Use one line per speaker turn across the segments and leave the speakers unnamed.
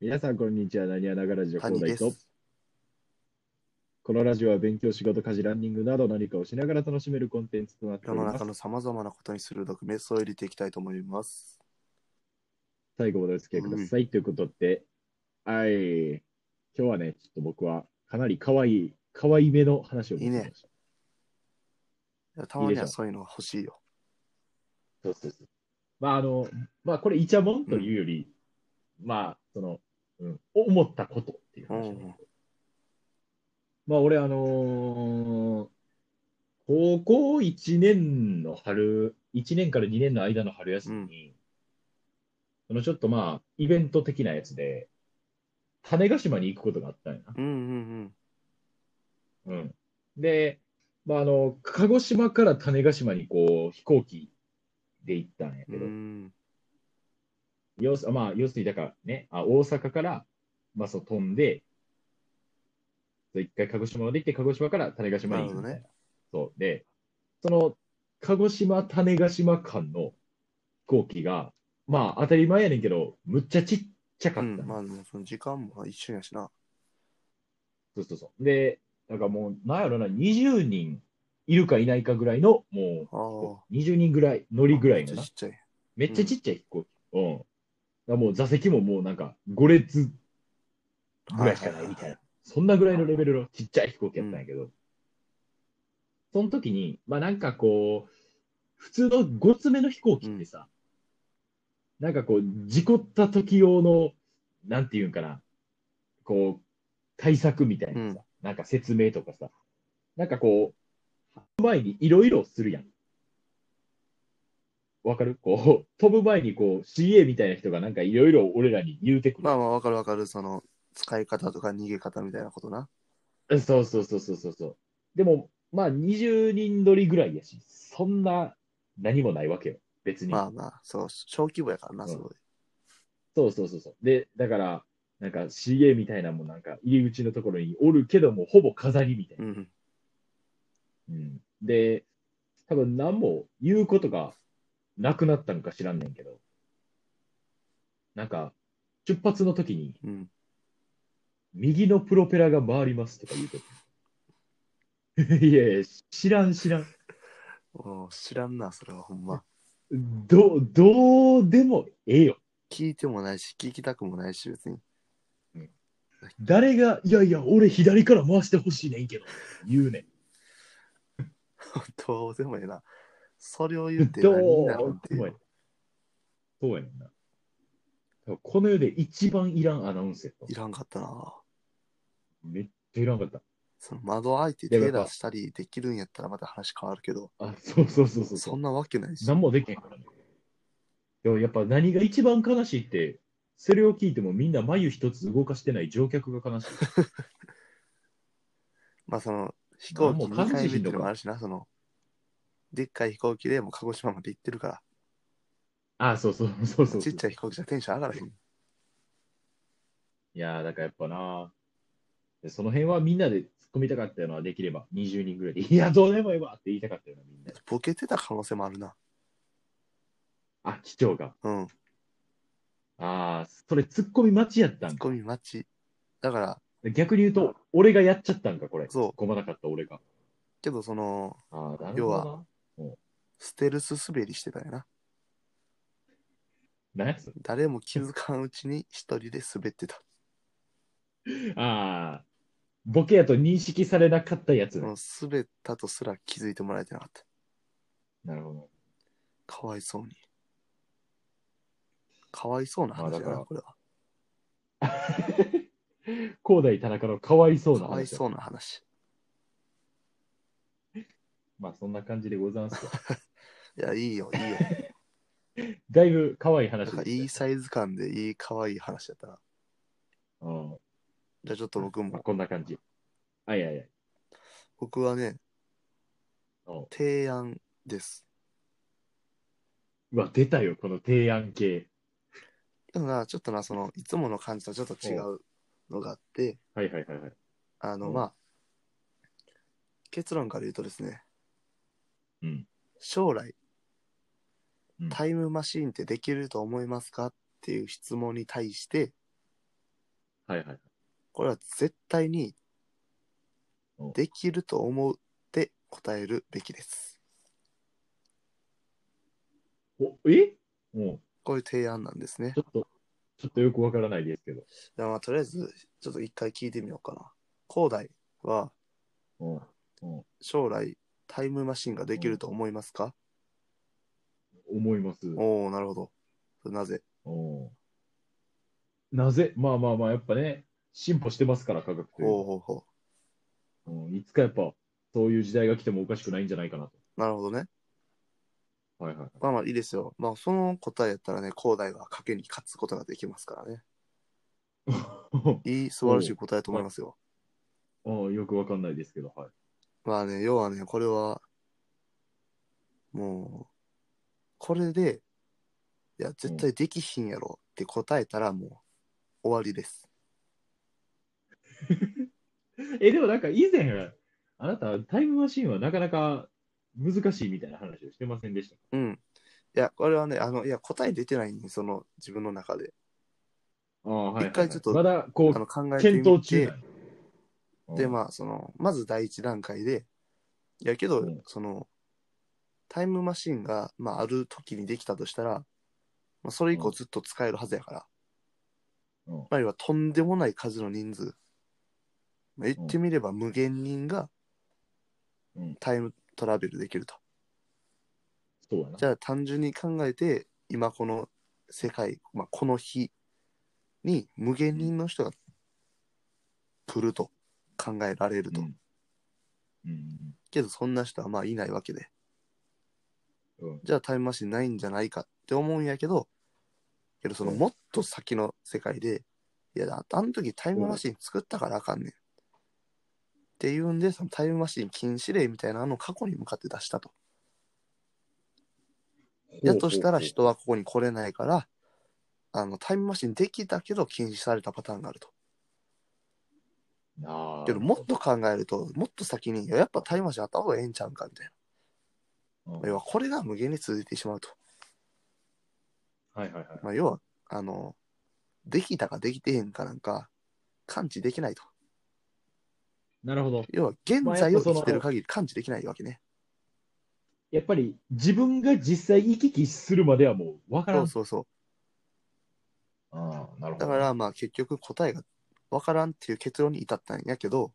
皆さん、こんにちは。なにわながラジオ
谷
広
で
大と。
す。
このラジオは勉強、仕事、家事、ランニングなど何かをしながら楽しめるコンテンツとなって
世
おり
の
ます。
中のさまざまなことに鋭くメスを入れていきたいと思います。
最後までお付き合いください。ということで、はい。今日はね、ちょっと僕はかなり可愛い、可愛いめの話を持ってきました。
いやたまにはそういうのが欲しいよ。
そうそうそう。まあ、あの、まあ、これ、イチャモンというより、まあ、その、うん、思ったことっていう
う
話
ん
なんですけど、
うん。
まあ、俺、あのー高校1年の春、1年から2年の間の春休みに、そのちょっとまあ、イベント的なやつで、種子島に行くことがあったんやな。
うんう
う
ん
ん。で、まあ、あの、鹿児島から種子島にこう、飛行機で行ったんや
うん。
け
う
ど、
ん。
要す、まあ、要するに、だからね、あ、大阪から、まあ、そう飛んで、そう一回鹿児島まで行って、鹿児島から種子島に行くみたい
な
な。
る
そう。で、その、鹿児島、種子島間の飛行機が、まあ、当たり前やねんけど、むっちゃちっちゃか
う
った
ん、。まあ、でもその時間も一緒やしな。
そうそうそう。で、なんかもう、なんやろな、20人いるかいないかぐらいの、も
ああ。
う、20人ぐらい、乗りぐらい
ち
のな
ょっとち。っちゃい。
めっちゃちっちゃい飛行機。うん。だからもう座席ももうなんか5列ぐらいしかないみたいな。そんなぐらいのレベルのちっちゃい飛行機やったんやけど。その時に、まあなんかこう、普通の5つ目の飛行機ってさ、なんかこう、事故った時用の、なんていうんかな、こう、対策みたいなさ、なんか説明とかさ、なんかこう、前にいろいろするやん。わかるこう、飛ぶ前にこう、CA みたいな人がなんかいろいろ俺らに言うてくる。
まあまあ、わかるわかる。その、使い方とか逃げ方みたいなことな。
そうそうそうそうそうそう。でも、まあ、20人乗りぐらいやし、そんな何もないわけよ、別に。
まあまあ、そう、小規模やからな、
うん
すごい。
そうそうそうそう。で、だから、なんか CA みたいなもんなんか入り口のところにおるけども、ほぼ飾りみたいうな。
ん。
うん、で、多分何も言うことがなくなったんか知らんねんけど、なんか、出発の時に、
うん。
右のプロペラが回りますと か言うと。いやいや、知らん知らん。
おう知らんな、それはほんま。
どう、どうでもええよ。
聞いてもないし、聞きたくもないし、別に。
誰が、いやいや、俺左から回してほしいねんけど、言うね
どうでもええな。それを言っ
ん。
て
ど
何になる
う
って
で
い
もえ
う
え。そうやねんな。この世で一番いらんアナウンスやった
い。らんかったな。
めっちゃいらんかった。
その窓開いて手出したりできるんやったらまた話変わるけど、
あ、そうそうそうそう
そ
そ
ん
う。
なわけないし。
何もできへんからね。でもやっぱ何が一番悲しいって、それを聞いてもみんな眉一つ動かしてない乗客が悲しい。
まあその、飛行機
何も感
2
じ
回目っ
ひ
てい
んのか
うのもあるしな、その、でっかい飛行機でもう鹿児島まで行ってるから、
あ、そうそうそうそうそう。
ちっちゃい飛行機じゃテンション上がらへん。
いやー、だからやっぱなでその辺はみんなで突っ込みたかったのはできれば、20人ぐらいで、いや、どうでもええわって言いたかったよな、みんなで。
ボケてた可能性もあるな。
あ、機長が。
うん。
ああ、それ突っ込み待ちやった
ツ
ん
ッ
か。
コミ待ち。だから、
逆に言うと、俺がやっちゃったんか、これ。
そう
突っ込まなかった俺が。
けどその、
ああ、なる
要
ほど
はステルス滑りしてたよな。
な。何やそれ
誰も気づかんうちに一人で滑ってた。
ああ、ボケやと認識されなかったやつ
そ
ね、
の滑ったとすら気づいてもらえてなかった。
なるほど。
かわいそうに。かわいそうな話
ま
だ
あだか
な、
ら
これは。
広大田中のかわいそう
か
な
わい
話。
そうな話。
まあ、そんな感じでござんすよ。
いや、いいよ、い いよ。
だいぶかわいい
なん
話
か
で
いい
した。
サイズ感でいい可愛い話だったな。
うん
じゃあちょっと僕
まあ、
も、
こんな感じ。あ、いやいや。
僕はね、
うん
提案です。
うわ、出たよ、この提案系。
でもな、ちょっとな、その、いつもの感じとはちょっと違うのがあって、
はいはいはいはい。
あの、
うん
まあ、結論から言うとですね、
うん。
将来
うん、
タイムマシーンってできると思いますかっていう質問に対して、
はいはい。
これは絶対に
うん
できると思って答えるべきです。
おえも
こういう提案なんですね
う、ち。ょっと、ちょっとよくわからないですけど。
ではまあ、とりあえず、ちょっと一回聞いてみようかな。広大は
うん。
将来タイムマシンができると思いますか、
思います。
おおなるほど。それなぜ
うんなぜまあまあまあ、やっぱね、進歩してますから、科学という
ほうほうほ
うん、いつかやっぱ、そういう時代が来てもおかしくないんじゃないかなと。
う。なるほどね。
はいはい。
まあまあいいですよ。まあその答えやったらね、広大が賭けに勝つことができますからね。いい、素晴らしい答えだと思いますよ。
うん、よくわかんないですけど、はい。
まあね、要はね、これは、もう、これで、いや、絶対できひんやろって答えたらもう終わりです。
え、でもなんか以前、あなた、タイムマシンはなかなか難しいみたいな話をしてませんでしたか
うん。いや、これはね、あの、いや、答え出てないんで、その、自分の中で。
ああ、はいはいはい
一回ちょっと
まだ、
あ
こ
の、
う、
考えて
検
み
討中
て
な、の
で、
あ。
まあ、その、まず第一段階で、いや、けど
うん、
その、タイムマシンが、まあ、ある時にできたとしたら、まあ、それ以
う
降
ん
ずっと使えるはずやから、
うん
まあ、要はとんでもない数の人数、まあ、言ってみれば無限人が
うん
タイムトラベルできると。
そうやな。
じゃあ、単純に考えて、今この世界、まあ、この日に無限人の人が来ると考えられると。
うんうん
けど、そんな人はまあいないわけで。
うんうん
じゃあタイムマシンないんじゃないかって思うんやけど、けどそのもっと先の世界で、いや、だあの時タイムマシン作ったからあかんねん。っていうんで、そのタイムマシン禁止令みたいなのを過去に向かって出したと。やとしたら人はここに来れないから、あの、タイムマシンできたけど禁止されたパターンがあると。
ああ
けどもっと考えると、もっと先に、いややっぱタイムマシンあった方がええんちゃうんかみたいな。
うん
要はこれが無限に続いてしまうと。
はいはいはい。
まあ、要は、あの、できたかできてへんかなんか、感知できないと。
なるほど。
要は、現在を生きてる限り感知できないわけね。
やっぱり自分が実際行き来するまではもう分か
そ
らん
う。そうそ
ああ、なる
う。
ほど。
だから、まあ、結局答えがわからんっていう結論に至ったんやけど、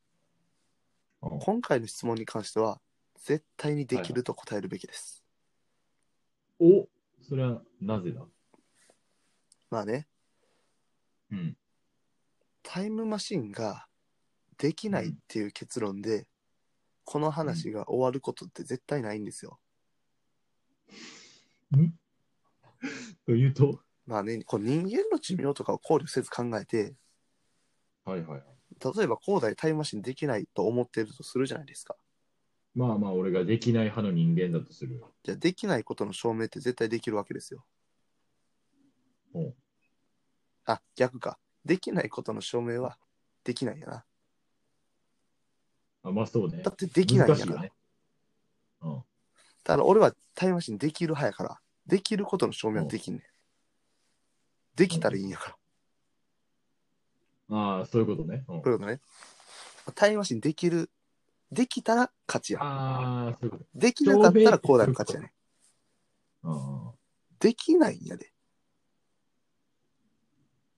うん
今回の質問に関しては、絶対にできると答えるべきです。
おそれはなぜだ
まあね、
うん。
タイムマシンができないっていう結論で、この話が終わることって絶対ないんですよ。
というと、
まあね、こう人間の寿命とかを考慮せず考えて、
はいはいはい。
例えば広大タイムマシンできないと思ってるとするじゃないですか。
まあまあ、俺ができない派の人間だとする。
じゃあできないことの証明って絶対できるわけですよ。
うん
あ、逆か。できないことの証明はできないやな。
あまあそうね
だ。ってできないんや
難しい
から。
よね。うん。
だから俺はタイムマシンできる派やから、できることの証明はできんねん。できたらいいんやから。
ああ、そういうことね。うん
こういうことね。タイムマシンできる、できたら勝ちや。
ああ、そういうこと。
できなかったら広大の勝ちやねん。
うんうん
できないんやで。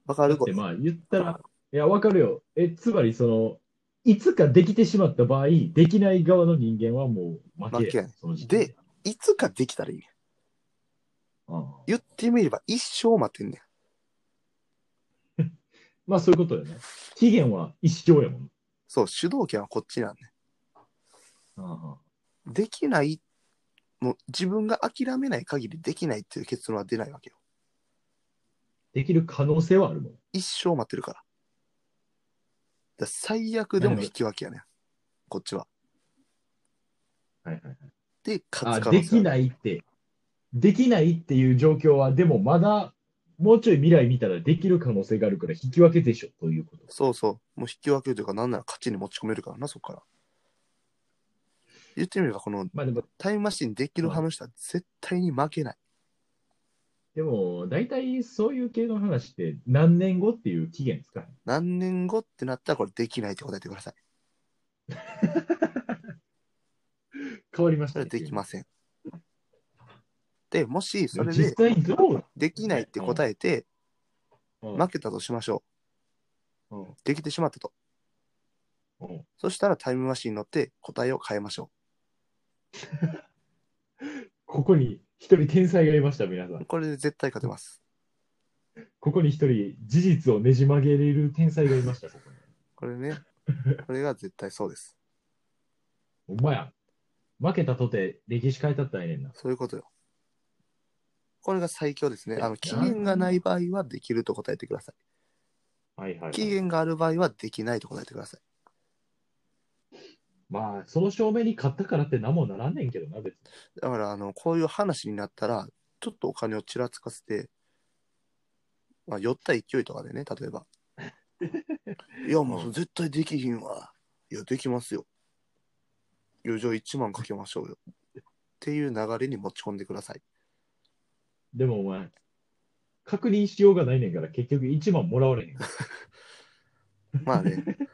わか
だ
る
ってまあ言ったら、いや、わかるよ。え、つまりその、いつかできてしまった場合、できない側の人間はもう負け
負けやね
その時点
で、いつかできたらいいねん。
うん
言ってみれば一生待ってんねん。
まあそういうことよね。期限は一生やもん。
そう、主導権はこっちなんね
あ
ん。できない、もう自分が諦めない限りできないっていう結論は出ないわけよ。
できる可能性はあるもん。
一生待ってるから。だから最悪でも引き分けやねん。こっちは。
はいはい
で、勝
あ
つ可
で
能性
き
い。
ないって、できないっていう状況は、でもまだ、もうちょい未来見たらできる可能性があるから引き分けでしょということ。
そうそう。もう引き分けるというか、なんなら勝ちに持ち込めるからな、そっから。言ってみれば、この
まあでも、
タイムマシンできる派の人は絶対に負けない。
でも、大体そういう系の話って何年後っていう期限ですかね。
何年後ってなったらこれできないって答えてください。
変わりました
それ
ね、
はできません。で、もしそれ
実
で
際どう
できないって答えて、
うん
負けたとしましょ
うん
う。できてしまったと。
うん
そしたらタイムマシンに乗って答えを変えましょ
ここに一人天才がいました、皆さ
う。
ん。
これで絶対勝てます。
ここに一人事実をねじ曲げれる天才がいました、ここに。
これ ね、これが絶対そうです。
ほんまや。負けたとて歴史変えたったらええねんな。
そういうことよ。これが最強ですね。あの、期限がない場合はできると答えてくださ
はいはいはい
い。期限がある場合はできないと答えてください。
まあ、その証明に勝ったからって何もならんねんけどな、別に。
だから、あの、こういう話になったら、ちょっとお金をちらつかせて、まあ、酔った勢いとかでね、例 えば。いや、もう絶対できひんわ。いや、できますよ。余剰1万かけましょうよ。っていう流れに持ち込んでください。
でもお前、確認しようがないねんから、結局1万もらわれへん。
ま あね。だか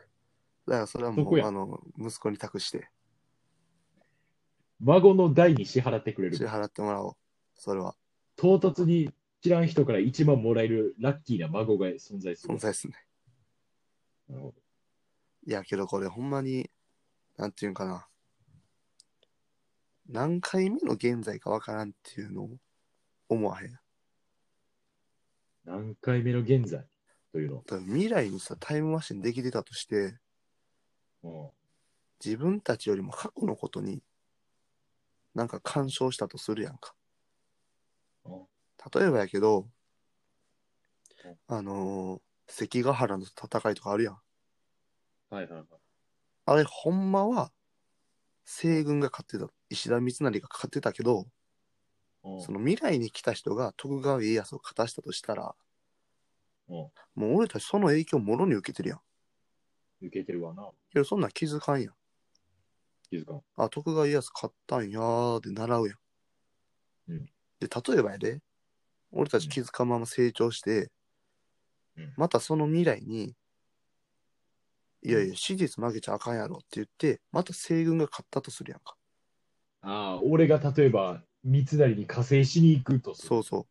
らそれは
そ
も
こ
う、
や
あの、息子に託して、
孫の代に支払ってくれ
支
る。
払ってもらおう。それは、
唐突に知らん人から1万もらえるラッキーな孫が存在す
存
る。
在ですね。
うん
いや、けどこれほんまに、なんていうんかな。何回目の現在かわからんっていうのを思わへん。だ
何回目の現在というの。
から未来にさ、タイムマシンできてたとして、
うん
自分たちよりも過去のことに、なんか干渉したとするやんか。
うん
例えばやけど
うん、
あのー関ヶ原の戦いとかあるやん。
はいはいはい。
あれ、ほんまは、西軍が勝ってた、石田三成が勝ってたけど、
うん
その未来に来た人が徳川家康を勝たしたとしたら、
うん
もう俺たちその影響もろに受けてるやん。
受けてるわな、
けどそんなん気づかんやん。
気づかん。
あ、徳川家康勝ったんやーって習うやん。
うん
で、例えばやで、俺たち気づかんまま成長して、
うん
またその未来に、いやいや、史実負けちゃあかんやろって言って、また西軍が勝ったとするやんか。
ああ、俺が例えば、三成に加勢しに行くとする。
そうそ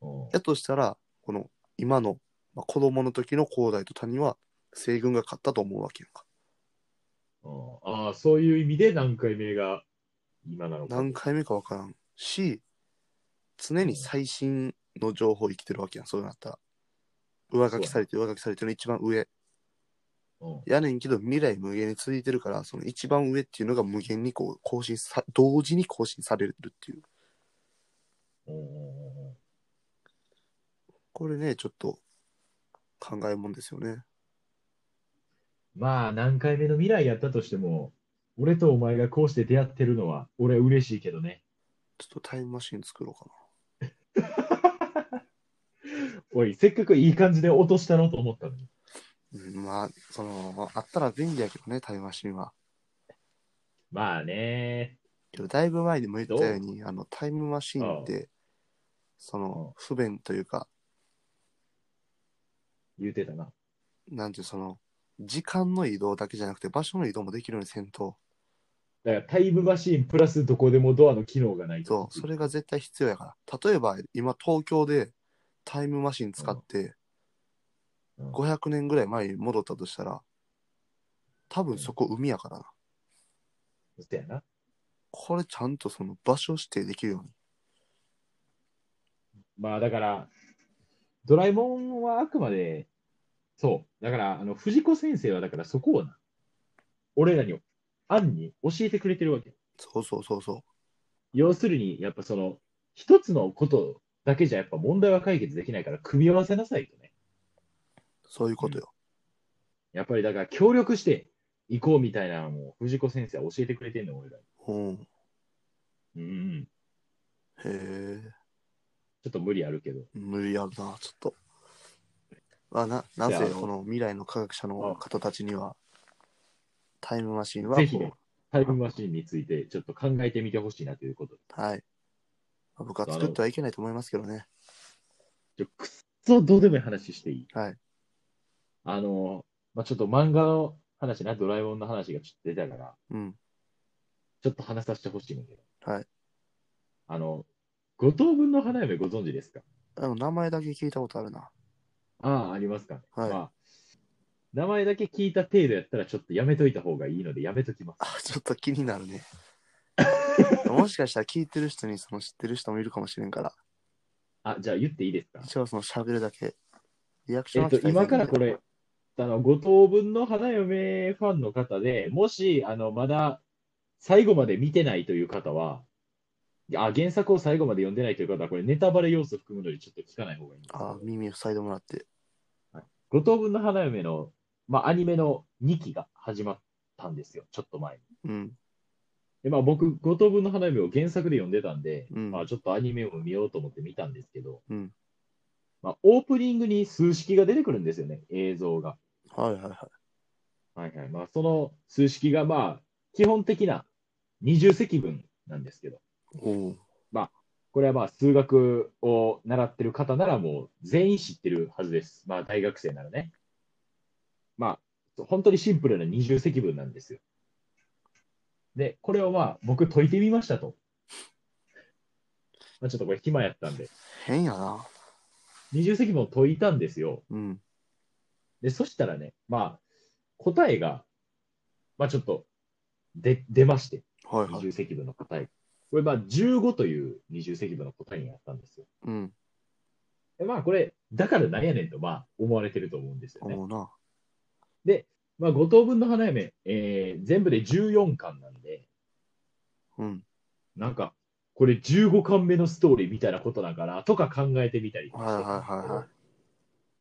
う。
うん
やとしたら、この今の、まあ、子供の時の高大と谷は西軍が勝ったと思うわけやんか。
うんああ、そういう意味で何回目が今なのか。
何回目かわからんし、常に最新の情報生きてるわけやん、そうなったら。上書きされて、上書きされてるの一番上。
うん
やねんけど、未来無限に続いてるから、その一番上っていうのが無限にこう更新さ、同時に更新されるっていう。
うんうんうんうん
これね、ちょっと考えもんですよね。
まあ、何回目の未来やったとしても、俺とお前がこうして出会ってるのは、俺は嬉しいけどね。
ちょっとタイムマシン作ろうかな。
おい、せっかくいい感じで落としたのと思ったのに。
うん、まあ、その、あったら便利やけどね、タイムマシンは。
まあね。
けどだいぶ前にも言ったようにあのタイムマシーンってその不便というか
言うてたな。
なんていうその時間の移動だけじゃなくて場所の移動もできるようにせんと
だからタイムマシーンプラスどこでもドアの機能がないと。
そうそれが絶対必要やから例えば今東京でタイムマシン使って
うん
500年ぐらい前に戻ったとしたら多分そこ海やからな
そうやな。
これちゃんとその場所指定できるように
まあだから、ドラえもんはあくまで、そう、だから、あの藤子先生はだからそこをな、俺らに、案に教えてくれてるわけ。
そうそうそうそう
要するに、やっぱその、一つのことだけじゃやっぱ問題は解決できないから、組み合わせなさいとね。
そういうことよ、
やっぱりだから協力していこうみたいなのも藤子先生は教えてくれてんの、俺ら
うん、へ
に。うん。
え
ちょっと無理あるけど。
無理やるな、ちょっと。まあ、なな
じゃあ
ぜこの未来の科学者の方たちには、タイムマシンは
ぜひね
こ
タイムマシーンについてちょっと考えてみてほしいなということ。
うはい。まあ僕は作ってはいけないと思いますけどね。
ちょくっそどうでもいい話していい
はい。
あの、まあ、ちょっと漫画の話ね、ドラえもんの話がちょっと出たから、
うん。
ちょっと話させてほしいんだけど。
はい。
あの、五等分の花嫁ご存知ですか
あの、名前だけ聞いたことあるな。
ああ、ありますかね。
はい
まあ、名前だけ聞いた程度やったらちょっとやめといた方がいいのでやめときます。
あ、ちょっと気にな るね。もしかしたら聞いてる人にその知ってる人もいるかもしれんから、
あ、じゃあ言っていいですか
一応その喋るだけ、リアクション
えっ
は
と
期、待
今からこ
でき
れ、あの、五等分の花嫁ファンの方で、もし、あの、まだ最後まで見てないという方は、あ、原作を最後まで読んでないという方は、これネタバレ要素含むのでちょっと聞かない方がいいんですけ
ない。あ
ど、
耳塞いでもらって。
五等分の花嫁の、まあ、アニメの2期が始まったんですよ、ちょっと前に。
うん。
で、まあ、僕、五等分の花嫁を原作で読んでたんで、
うん
まあ、ちょっとアニメも見ようと思って見たんですけど、
うん
まあ、オープニングに数式が出てくるんですよね、映像が。
はいはいはい。
はいはい。まあ、その数式が、まあ、基本的な20積分なんですけど、
おお。
これはまあ、数学を習ってる方ならもう全員知ってるはずです。まあ、大学生ならね。まあ、本当にシンプルな20積分なんですよ。で、これをまあ、僕解いてみましたと。まあ、ちょっとこれ暇やったんで。
変やな。
20積分を解いたんですよ。
うん。
で、そしたらね、まあ、答えが、まあちょっと、で、出まして。
はいはい。
20積分の答え。これ、まあ、15という20積分の答えになったんですよ。
うん。
でまあ、これ、だからなんやねんと、まあ、思われてると思うんですよね。
思うな。
で、まあ、5等分の花嫁、えー全部で14巻なんで、
うん。
なんか、これ15巻目のストーリーみたいなことだから、とか考えてみたりとか
は
し
い
て
は
た
い
んですけど
はいはい。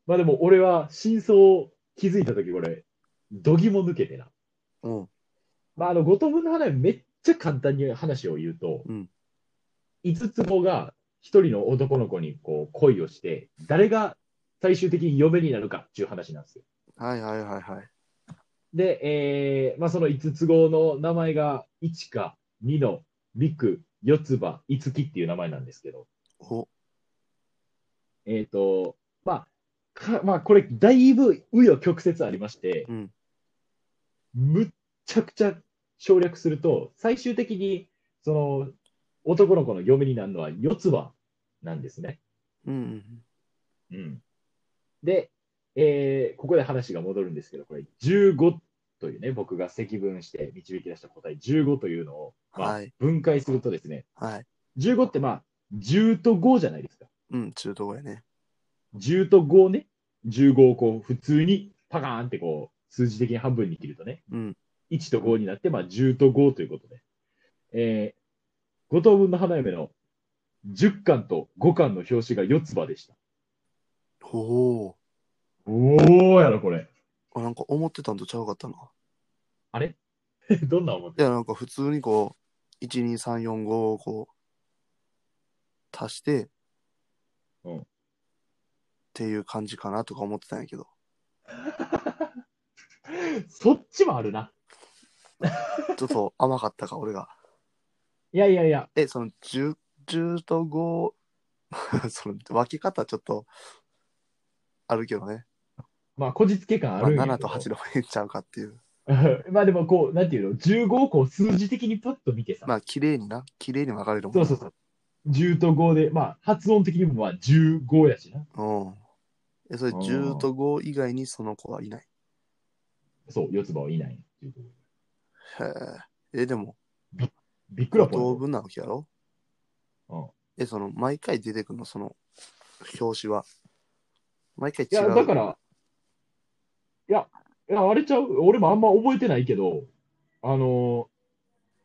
まあ、でも、俺は真相を気づいたとき、これ、度肝抜けてな。
うん。
まあ、あの、五等分の花嫁めっちゃ簡単に話を言うと、
うん
五つ子が一人の男の子にこう恋をして、誰が最終的に嫁になるかっていう話なんですよ。
はいはいはいはい。
で、えーまあ、その五つ子の名前が、一か二の陸、四つ葉、五木っていう名前なんですけど、
お、
えっ、と、まあ、かまあ、これ、だいぶ紆余曲折ありまして、
うん。
むっちゃくちゃ省略すると、最終的に、その、男の子の嫁になるのは四つ葉なんですね。
うんう
う
ん。
ん。で、えーここで話が戻るんですけど、これ15というね、僕が積分して導き出した答え、15というのを、まあ
はい
分解するとですね、
はい。
15ってまあ、10と5じゃないですか。
うん、中東やね。
10と5ね、15をこう、普通にパカーンってこう、数字的に半分に切るとね、
うん。
1と5になって、まあ、10と5ということで、えー、5等分の花嫁の10巻と5巻の表紙が4つ葉でした。お
お
ーやろ、これ。
お。なんか思ってたんとちゃうかったな。
あれ どんな思って
いや、なんか普通にこう、1、2、3、4、5をこう、足して、
うん
っていう感じかなとか思ってたんやけど。
そっちもあるな。
ちょっと甘かったか、俺が。
いやいやいや、
え、その10、10と5、その分け方ちょっと、あるけどね。
まあ、こじつけ感あ
まあ、
るんやけど
7と8の変ちゃうかっていう。
まあ、でもこう、なんていうの、15をこう数字的にパッと見てさ、
まあ、綺麗にな、綺麗に分かれるもん
そ
な
うそうそう。10と5で、まあ、発音的にもまあ15やしな。
うん。え、それ
うん
10と5以外にその子はいない。
そう、四つ葉はいないっていうこと。
へえ。え、でも、
びっくら
5
ぽんや
等
ろ
分なわけやろ
うん
え、その、毎回出てくるの、その、表紙は。毎回
い
違
や、
う。
だから、いや、いや、あれちゃう、俺もあんま覚えてないけど、あのー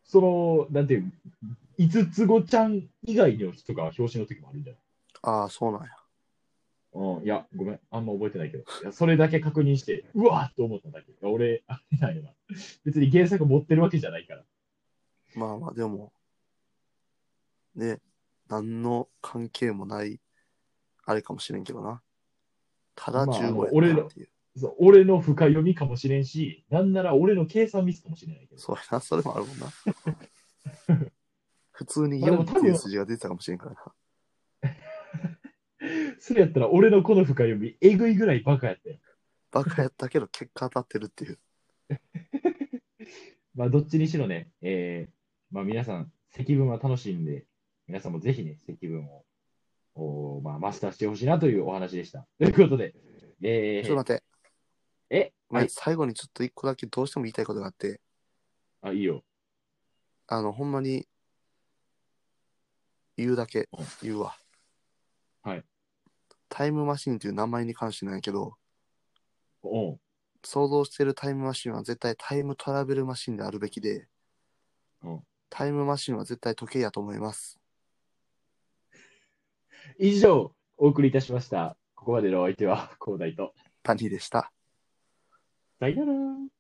その、なんていう、五つ子ちゃん以外の人が表紙の時もあるんじゃない
ああ、そうなんや。
うん、いや、ごめん、あんま覚えてないけど、いやそれだけ確認して、うわーっと思っただけ。いや俺、あれなんやな。別に原作持ってるわけじゃないから。
まあまあ、でも、ね、何の関係もない、あれかもしれんけどな。ただ
まああの
15
俺
や
ら
なっていう。
そう俺の深読みかもしれんし、なんなら俺の計算ミスかもしれないけど。
そうやな、それもあるもんな。普通 に
まあでも
4
多
っ
分
ていう数字が出てたかもしれんからな。
それやったら俺のこの深読み、えぐいぐらいバカやったよ。
バカやったけど結果当たってるっていう。
まあ、どっちにしろね、えー、まあ、皆さん、積分は楽しいんで、皆さんもぜひね、積分を、おーまあ、マスターしてほしいなというお話でした。 ということで、え
ちょっ
ー、
と待って、
え、
まあ
はい、
最後にちょっと一個だけどうしても言いたいことがあって、
あ、いいよ。
あの、ほんまに、言うだけ
うん
言うわ。
はい。
タイムマシンという名前に関してなんやけど、
おう
想像してるタイムマシンは絶対タイムトラベルマシンであるべきで、
うん
タイムマシンは絶対時計やと思います。
以上、お送りいたしました。ここまでのお相手は、広大と。
パニーでした。
さよなら。